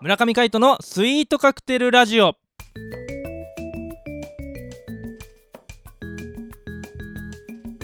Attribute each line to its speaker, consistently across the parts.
Speaker 1: 村上海人のスイートカクテルラジオ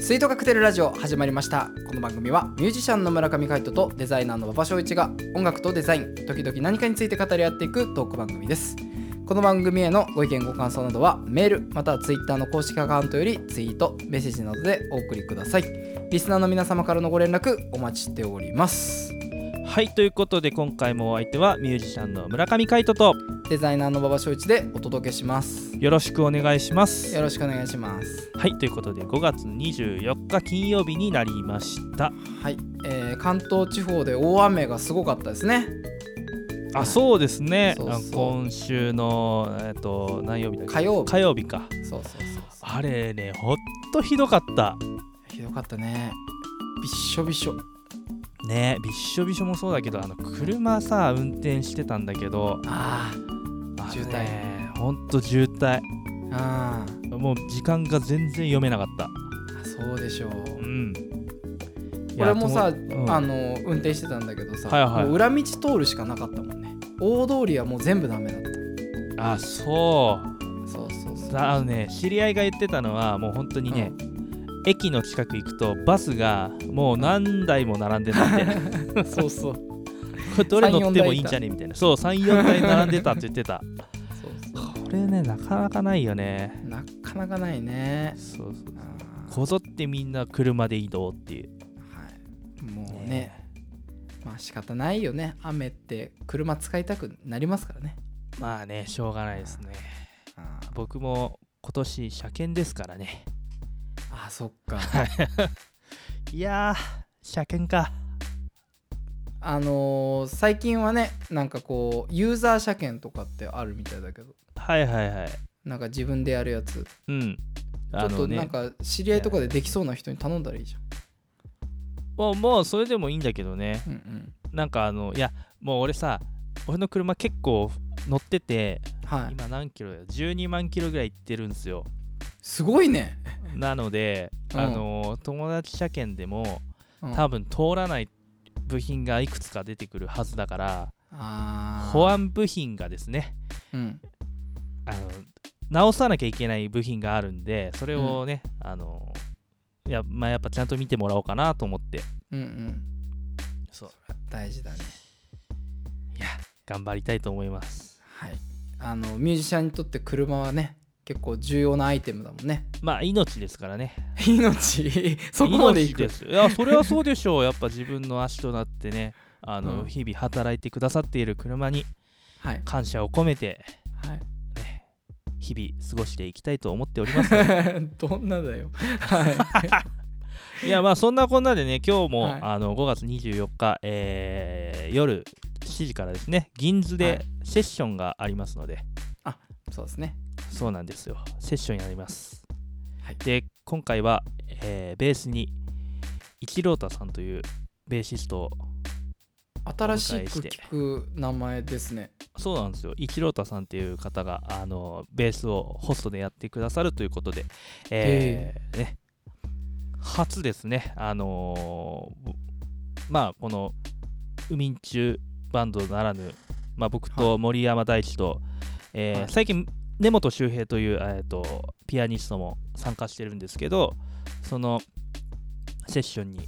Speaker 2: スイートカクテルラジオ始まりましたこの番組はミュージシャンの村上海人とデザイナーの馬場翔一が音楽とデザイン時々何かについて語り合っていくトーク番組ですこの番組へのご意見ご感想などはメールまたはツイッターの公式アカウントよりツイートメッセージなどでお送りくださいリスナーの皆様からのご連絡お待ちしております
Speaker 1: はいということで今回もお相手はミュージシャンの村上海人と
Speaker 2: デザイナーの馬場翔一でお届けします
Speaker 1: よろしくお願いします
Speaker 2: よろしくお願いします
Speaker 1: はいということで5月24日金曜日になりました
Speaker 2: はい、えー、関東地方で大雨がすごかったですね
Speaker 1: あそうですね
Speaker 2: そうそう
Speaker 1: あ今週のえっと何曜日だっけ
Speaker 2: 火曜日
Speaker 1: 火曜日か
Speaker 2: そうそうそうそう
Speaker 1: あれねほっとひどかった
Speaker 2: ひどかったねびっしょびっしょ
Speaker 1: ねびっしょびしょもそうだけどあの車さ運転してたんだけど
Speaker 2: あ
Speaker 1: あのね
Speaker 2: 渋滞
Speaker 1: ほんと渋滞
Speaker 2: ーあ
Speaker 1: もう時間が全然読めなかった
Speaker 2: ーそうでしょう
Speaker 1: うんいや
Speaker 2: 俺もさ、
Speaker 1: ともうん
Speaker 2: あの運転してたんだけどさ、
Speaker 1: はいはい
Speaker 2: もう裏道通るしかなかったもんね大通りはもう全部ダメだった
Speaker 1: あそう
Speaker 2: そうそうそう
Speaker 1: さあのね知り合いが言ってたのはもう本当にね、駅の近く行くとバスがもう何台も並んでた んで
Speaker 2: そうそうそう
Speaker 1: これどれ乗ってもいいんじゃねみたいなそう34台並んでたって言ってた
Speaker 2: そう
Speaker 1: これねなかなかないよね
Speaker 2: なかなかないね
Speaker 1: そうそう
Speaker 2: あー
Speaker 1: こぞってみんな車で移動っていう
Speaker 2: はいもうねまあ仕方ないよね雨って車使いたくなりますからね
Speaker 1: まあねしょうがないですね
Speaker 2: あー
Speaker 1: 僕も今年車検ですからね
Speaker 2: あーそっか
Speaker 1: いやー車検か
Speaker 2: あのー最近はねなんかこうユーザー車検とかってあるみたいだけど
Speaker 1: はいはいはい
Speaker 2: なんか自分でやるやつ
Speaker 1: うん
Speaker 2: ちょ
Speaker 1: あ
Speaker 2: っ
Speaker 1: の
Speaker 2: となん
Speaker 1: ね
Speaker 2: か知り合いとかでできそうな人に頼んだらいいじゃ
Speaker 1: もうもうそれでもいいんだけどね
Speaker 2: ん。うん
Speaker 1: なんかあのいやもう俺さ俺の車結構乗ってて
Speaker 2: うん。はい。
Speaker 1: 今何キロだよ12万キロぐらい行ってるんですよ
Speaker 2: すごいね。
Speaker 1: なので、
Speaker 2: うん
Speaker 1: あの友達車検でも
Speaker 2: うん
Speaker 1: 多分通らない部品がいくつか出てくるはずだから
Speaker 2: ああ。
Speaker 1: 保安部品がですね
Speaker 2: うん。
Speaker 1: あの直さなきゃいけない部品があるんでそれをね、あのいやまあやっぱちゃんと見てもらおうかなと思って
Speaker 2: うんうん。
Speaker 1: そう
Speaker 2: 大事だね。
Speaker 1: 頑張りたいと思います
Speaker 2: はい。あのミュージシャンにとって車はね結構重要なアイテムだもんね。
Speaker 1: まあ命ですからね
Speaker 2: 命そこまでい
Speaker 1: 命
Speaker 2: く。
Speaker 1: すいやそれはそうでしょうやっぱ自分の足となってねあの、
Speaker 2: うん
Speaker 1: 日々働いてくださっている車に
Speaker 2: はい
Speaker 1: 感謝を込めて
Speaker 2: はい。
Speaker 1: ね日々過ごしていきたいと思っております
Speaker 2: どんなだよ。はい。
Speaker 1: いやまあそんなこんなでね今日も、
Speaker 2: はい
Speaker 1: あの5月24日、えー夜7時からですね銀座
Speaker 2: は
Speaker 1: で
Speaker 2: い
Speaker 1: セッションがありますので、
Speaker 2: そうですね。
Speaker 1: そうなんですよセッションやります、
Speaker 2: はい
Speaker 1: で今回は、えーベースに一郎太さんというベーシストを
Speaker 2: 新し
Speaker 1: お
Speaker 2: く
Speaker 1: 迎えして
Speaker 2: 聞く名前ですね。
Speaker 1: そうなんですよ一郎太さんっていう方があのベースをホストでやってくださるということで、えーね、初ですねあのーまあこの「ウミンチュバンド」ならぬ、まあ、僕と森山大地と、えー
Speaker 2: はい
Speaker 1: 最近根本周平という、えー、とピアニストも参加してるんですけどそのセッションに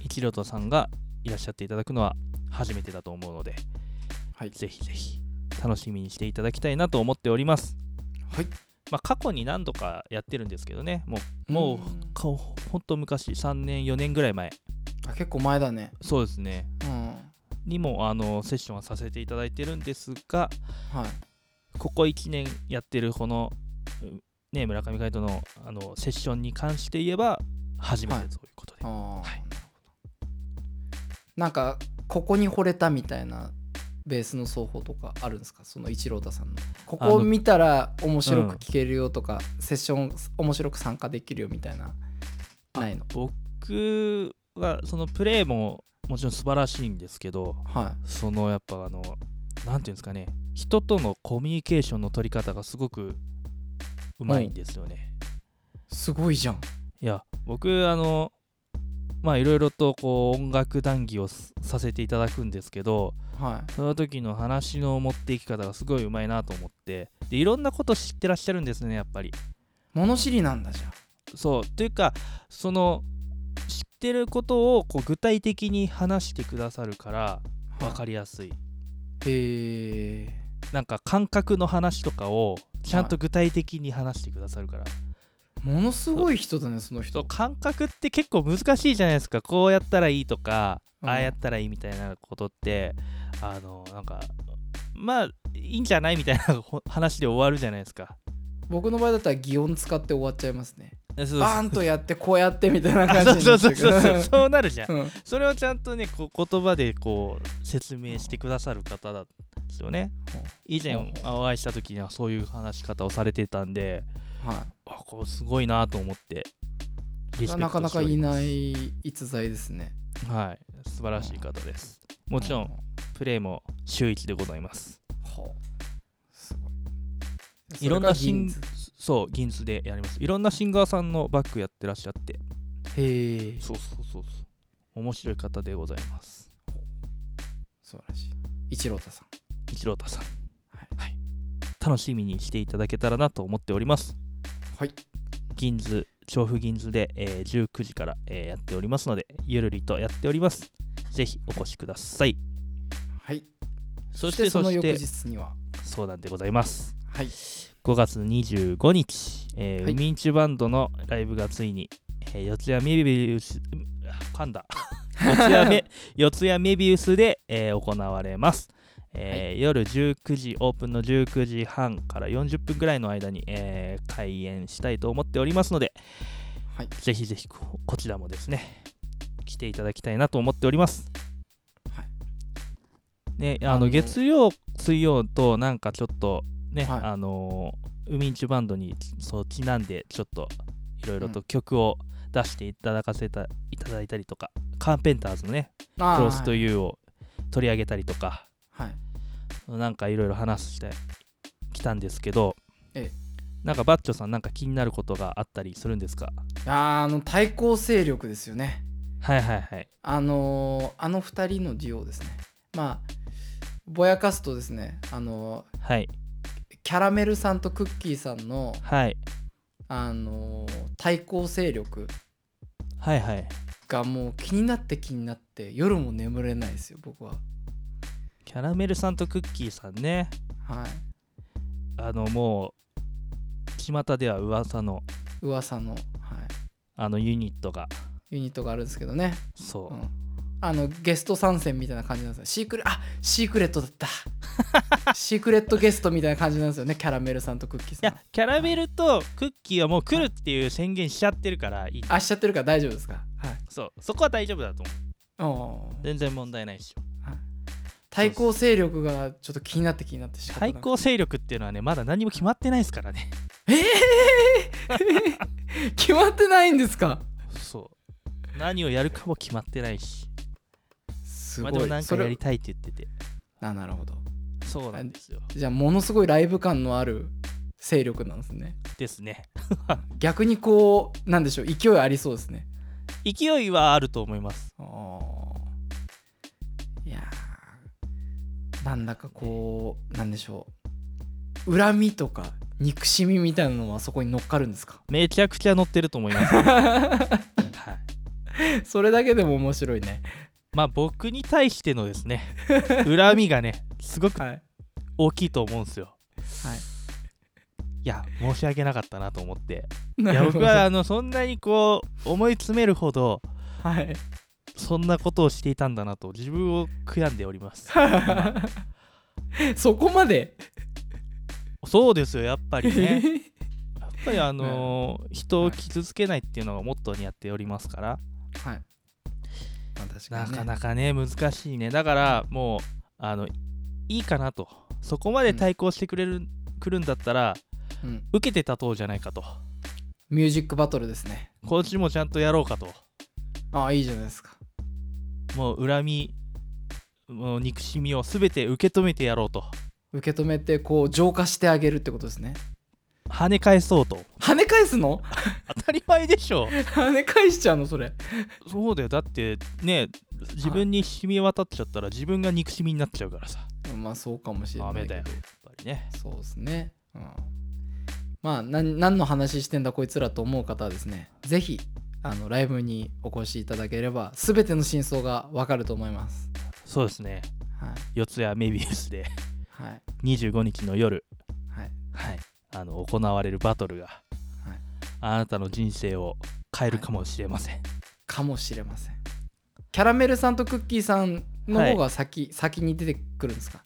Speaker 1: 一郎太さんがいらっしゃっていただくのは初めてだと思うので。
Speaker 2: はい。
Speaker 1: ぜひぜひ楽しみにしていただきたいなと思っております。
Speaker 2: はい。
Speaker 1: まあ、過去に何度かやってるんですけどね、もうもうかほんと昔、3年、4年ぐらい前、
Speaker 2: あ結構前だね。
Speaker 1: そうですね、
Speaker 2: うん。
Speaker 1: にもあのセッションはさせていただいてるんですが、
Speaker 2: はい。
Speaker 1: ここ1年やってるこの、うね、村上海人のあのセッションに関して言えば、初め
Speaker 2: は
Speaker 1: て
Speaker 2: い
Speaker 1: ということで、
Speaker 2: ああ、
Speaker 1: はい
Speaker 2: なるほどなんかここに惚れたみたいなベースの奏法とかあるんですかその一郎太さんのここを見たら面白く聴けるよとか、セッション面白く参加できるよみたいなないの
Speaker 1: 僕はそのプレーももちろん素晴らしいんですけど、
Speaker 2: は
Speaker 1: そのやっぱあのなんていうんですかね人とのコミュニケーションの取り方がすごくうまいんですよね。
Speaker 2: いすごいじゃん
Speaker 1: いや僕あのまあいろいろとこう音楽談義をすさせていただくんですけど
Speaker 2: は
Speaker 1: その時の話の持っていき方がすごいうまいなと思ってでいろんなこと知ってらっしゃるんですねやっぱり
Speaker 2: い物知りなんだじゃ
Speaker 1: そうというかその知ってることをこう具体的に話してくださるから
Speaker 2: あ
Speaker 1: 分かりやすい
Speaker 2: へえ
Speaker 1: なんか感覚の話とかをちゃんと具体的に話してくださるから、
Speaker 2: ものすごい人だねその
Speaker 1: そ
Speaker 2: 人
Speaker 1: う感覚って結構難しいじゃないですかこうやったらいいとか、
Speaker 2: うん
Speaker 1: ああやったらいいみたいなことってあのなんかまあいいんじゃないみたいなほ話で終わるじゃないですか。
Speaker 2: 僕の場合だったら擬音使って終わっちゃいますね
Speaker 1: でそう
Speaker 2: バーンとやってこうやってみたいな
Speaker 1: あ
Speaker 2: 感
Speaker 1: そう
Speaker 2: じに
Speaker 1: そう
Speaker 2: なっ
Speaker 1: そうう
Speaker 2: ちゃけど
Speaker 1: そうそうそうなるじゃん。
Speaker 2: うん
Speaker 1: それをちゃんとねこう言葉でこう説明してくださる方だったんですよね
Speaker 2: ほう
Speaker 1: 以前
Speaker 2: ほう
Speaker 1: お会いした時にはそういう話し方をされてたんで
Speaker 2: は
Speaker 1: あこうすごいなと思ってリ
Speaker 2: い、
Speaker 1: スペクトしており
Speaker 2: な
Speaker 1: ます
Speaker 2: かなかいない逸材ですね
Speaker 1: はい素晴らしい方ですもちろんプレーも週一でございます
Speaker 2: ほうすごい
Speaker 1: いろんなシ
Speaker 2: 銀
Speaker 1: ンそう銀図でやりますいろんなシンガーさんのバックやってらっしゃって
Speaker 2: へえ
Speaker 1: そうそうそうそう面白い方でございます
Speaker 2: 素晴らしい一郎太さん
Speaker 1: 一郎太さん
Speaker 2: はい、
Speaker 1: はい、楽しみにしていただけたらなと思っております
Speaker 2: はい、
Speaker 1: 銀図調布銀図で、えー19時から、えーやっておりますのでゆるりとやっておりますぜひお越しください
Speaker 2: はい、
Speaker 1: そ
Speaker 2: そ
Speaker 1: し
Speaker 2: してて
Speaker 1: そ
Speaker 2: その
Speaker 1: し
Speaker 2: 翌
Speaker 1: て
Speaker 2: 日には
Speaker 1: そうなんでございます
Speaker 2: はい
Speaker 1: 5月25日、えー
Speaker 2: はい
Speaker 1: ウミンチュバンドのライブがついに、えー四谷メビウスうん噛んだ 四谷メ四谷メビウスで、えー行われます、えー夜19時オープンの19時半から40分ぐらいの間に、えー開演したいと思っておりますので
Speaker 2: はい
Speaker 1: ぜひぜひここちらもですね来ていただきたいなと思っております
Speaker 2: はい
Speaker 1: ねあ
Speaker 2: あ
Speaker 1: の
Speaker 2: の
Speaker 1: 月曜水曜となんかちょっとね、
Speaker 2: はい
Speaker 1: あのウミンチュバンドにそうちなんでちょっといろいろと
Speaker 2: う
Speaker 1: 曲を出していただかせたいただいたりとかカーペンターズのね「
Speaker 2: あ
Speaker 1: ク
Speaker 2: ー
Speaker 1: ロスと
Speaker 2: はい
Speaker 1: いう」を取り上げたりとか
Speaker 2: はい
Speaker 1: なんかいろいろ話してきたんですけど、
Speaker 2: ええ
Speaker 1: なんかバッチョさんなんか気になることがあったりするんですか
Speaker 2: あーあの対抗勢力ですよね
Speaker 1: はいはいはい
Speaker 2: あのーあの二人のデュオですねまあぼやかすとですねあの
Speaker 1: はい
Speaker 2: ーキャラメルさんとクッキーさんの、
Speaker 1: はい
Speaker 2: あのー対抗勢力
Speaker 1: はいはい
Speaker 2: がもう気になって気になって夜も眠れないですよ僕は
Speaker 1: キャラメルさんとクッキーさんね
Speaker 2: はい
Speaker 1: あのもう巷では噂の
Speaker 2: 噂の、はい、
Speaker 1: あのユニットが
Speaker 2: ユニットがあるんですけどね、
Speaker 1: そうう、
Speaker 2: ん、あのゲスト参戦みたいな感じなんですよシークレあシークレットだった シークレットゲストみたいな感じなんですよねキャラメルさんとクッキー
Speaker 1: い
Speaker 2: さん
Speaker 1: やキャラメルとクッキーはもう来るっていう宣言しちゃってるからいい
Speaker 2: あしちゃってるから大丈夫ですかはい
Speaker 1: そうそこは大丈夫だと思う
Speaker 2: おー
Speaker 1: 全然問題ないっしょ
Speaker 2: はい対抗勢力がちょっと気になって気になってしか
Speaker 1: 対抗勢力っていうのはねまだ何も決まってないですから ね
Speaker 2: ええ 決まってないんですか
Speaker 1: そう何をやるかも決まってないし
Speaker 2: す
Speaker 1: ま
Speaker 2: ご
Speaker 1: あ
Speaker 2: い、
Speaker 1: でもなん
Speaker 2: そ
Speaker 1: かや
Speaker 2: れ
Speaker 1: りたいって言ってて
Speaker 2: あなるほど
Speaker 1: そうなんですよ
Speaker 2: じゃあものすごいライブ感のある勢力なんですね
Speaker 1: ですね
Speaker 2: 逆にこうなんでしょう勢いありそうですね
Speaker 1: 勢いはあると思います
Speaker 2: おーいやーなんだかこうなんでしょう恨みとか憎しみみたいなのはそこに乗っかるんです か
Speaker 1: めちゃくちゃ乗ってると思います、 はい、
Speaker 2: それだけでも面白いね
Speaker 1: まあ僕に対してのですね 恨みがねすごく
Speaker 2: はい
Speaker 1: 大きいと思うんですよ
Speaker 2: はい
Speaker 1: いや申し訳なかったなと思ってい
Speaker 2: な
Speaker 1: や
Speaker 2: る
Speaker 1: 僕
Speaker 2: ほど
Speaker 1: はあのそんなにこう思い詰めるほど
Speaker 2: はい
Speaker 1: そんなことをしていたんだなと自分を悔やんでおります
Speaker 2: そこまで、
Speaker 1: そうですよやっぱり ねやっぱりあのー人を
Speaker 2: はい
Speaker 1: 傷つけないっていうのがモットーにやっておりますから
Speaker 2: はい、まあ、確か
Speaker 1: な
Speaker 2: に、ね、
Speaker 1: かなかね難しいねだからもうあのいいかなとそこまで対抗してくれる、くるんだったら
Speaker 2: うん、
Speaker 1: 受けて立とうじゃないかと
Speaker 2: ミュージックバトルですね
Speaker 1: こっちもちゃんとやろうかと
Speaker 2: ああいいじゃないですか
Speaker 1: もう恨みもう憎しみを全て受け止めてやろうと
Speaker 2: 受け止めてこう浄化してあげるってことですね
Speaker 1: 跳ね返そうと
Speaker 2: 跳ね返すの
Speaker 1: 当たり前でしょ
Speaker 2: 跳ね返しちゃうのそれ
Speaker 1: そうだよだってね自分に染み渡っちゃったら自分が憎しみになっちゃうからさ
Speaker 2: まあそうかもしれな
Speaker 1: ダ
Speaker 2: い
Speaker 1: メ
Speaker 2: けど
Speaker 1: だよやっぱりね
Speaker 2: そうですね、うん、まあなん何の話してんだこいつらと思う方はですねぜひあのライブにお越しいただければ全ての真相がわかると思います
Speaker 1: そうですね
Speaker 2: はい
Speaker 1: 四谷メビウスで
Speaker 2: はい
Speaker 1: 25日の夜、
Speaker 2: はい
Speaker 1: はい、あの行われるバトルが、
Speaker 2: い
Speaker 1: あなたの人生を変えるかもしれません、
Speaker 2: かもしれませんキャラメルさんとクッキーさんの
Speaker 1: は
Speaker 2: 方が先,、先に出てくるんですか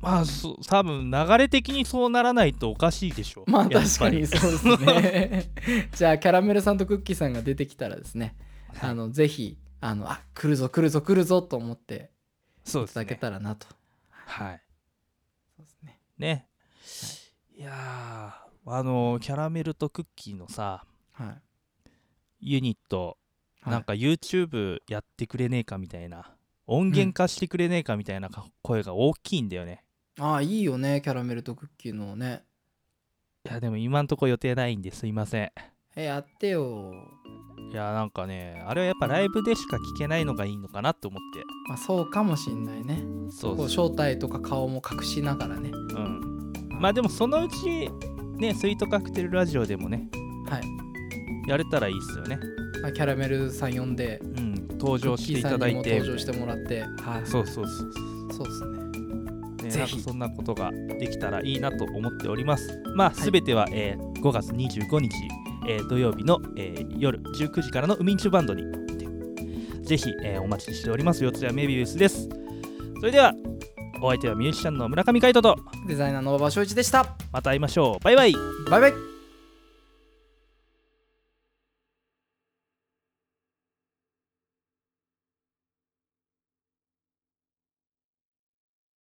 Speaker 1: まあそう多分流れ的にそうならないとおかしいでしょ
Speaker 2: まあ
Speaker 1: やっ
Speaker 2: 確
Speaker 1: ぱ
Speaker 2: か
Speaker 1: り
Speaker 2: にそうですね じゃあキャラメルさんとクッキーさんが出てきたらですね、
Speaker 1: はい
Speaker 2: あのぜひあのあ来るぞ来るぞ来るぞと思って
Speaker 1: そうで
Speaker 2: いた
Speaker 1: す
Speaker 2: だけ
Speaker 1: ね
Speaker 2: たらなと
Speaker 1: はい
Speaker 2: そうですね
Speaker 1: ね、い、やーあのキャラメルとクッキーのさ
Speaker 2: はい
Speaker 1: ユニット
Speaker 2: はい
Speaker 1: なんか YouTube やってくれねえかみたいな音源化してくれねえかみたいなか声が大きいんだよね、
Speaker 2: ああいいよねキャラメルとクッキーのね
Speaker 1: いやでも今んとこ予定ないんですいません
Speaker 2: えやってよ
Speaker 1: いやなんかねあれはやっぱライブでしか聞けないのがいいのかなと思って
Speaker 2: まあそうかもしんないね
Speaker 1: そう
Speaker 2: こう正体とか顔も隠しながらね
Speaker 1: うんまあでもそのうちねスイートカクテルラジオでもね
Speaker 2: はい、
Speaker 1: やれたらいいっすよね
Speaker 2: まあ、キャラメルさん呼んで
Speaker 1: うん登場していただい
Speaker 2: クッキーさん
Speaker 1: て
Speaker 2: にも登場してもらってはい
Speaker 1: そうそうそう
Speaker 2: そうですね
Speaker 1: ね、
Speaker 2: ぜ
Speaker 1: ぜ
Speaker 2: ひ
Speaker 1: ひそんなことができたらいいなと思っております。まあ、
Speaker 2: はい
Speaker 1: すべては、えー5月25日、えー土曜日の、えー夜19時からのウミンチュバンドにてぜひ、えーお待ちしております。四谷メビウスです。それでは、お相手はミュージシャンの村上海人と、
Speaker 2: デザイナーの馬場正一でした
Speaker 1: また会いましょう。バイバイ
Speaker 2: バイバイ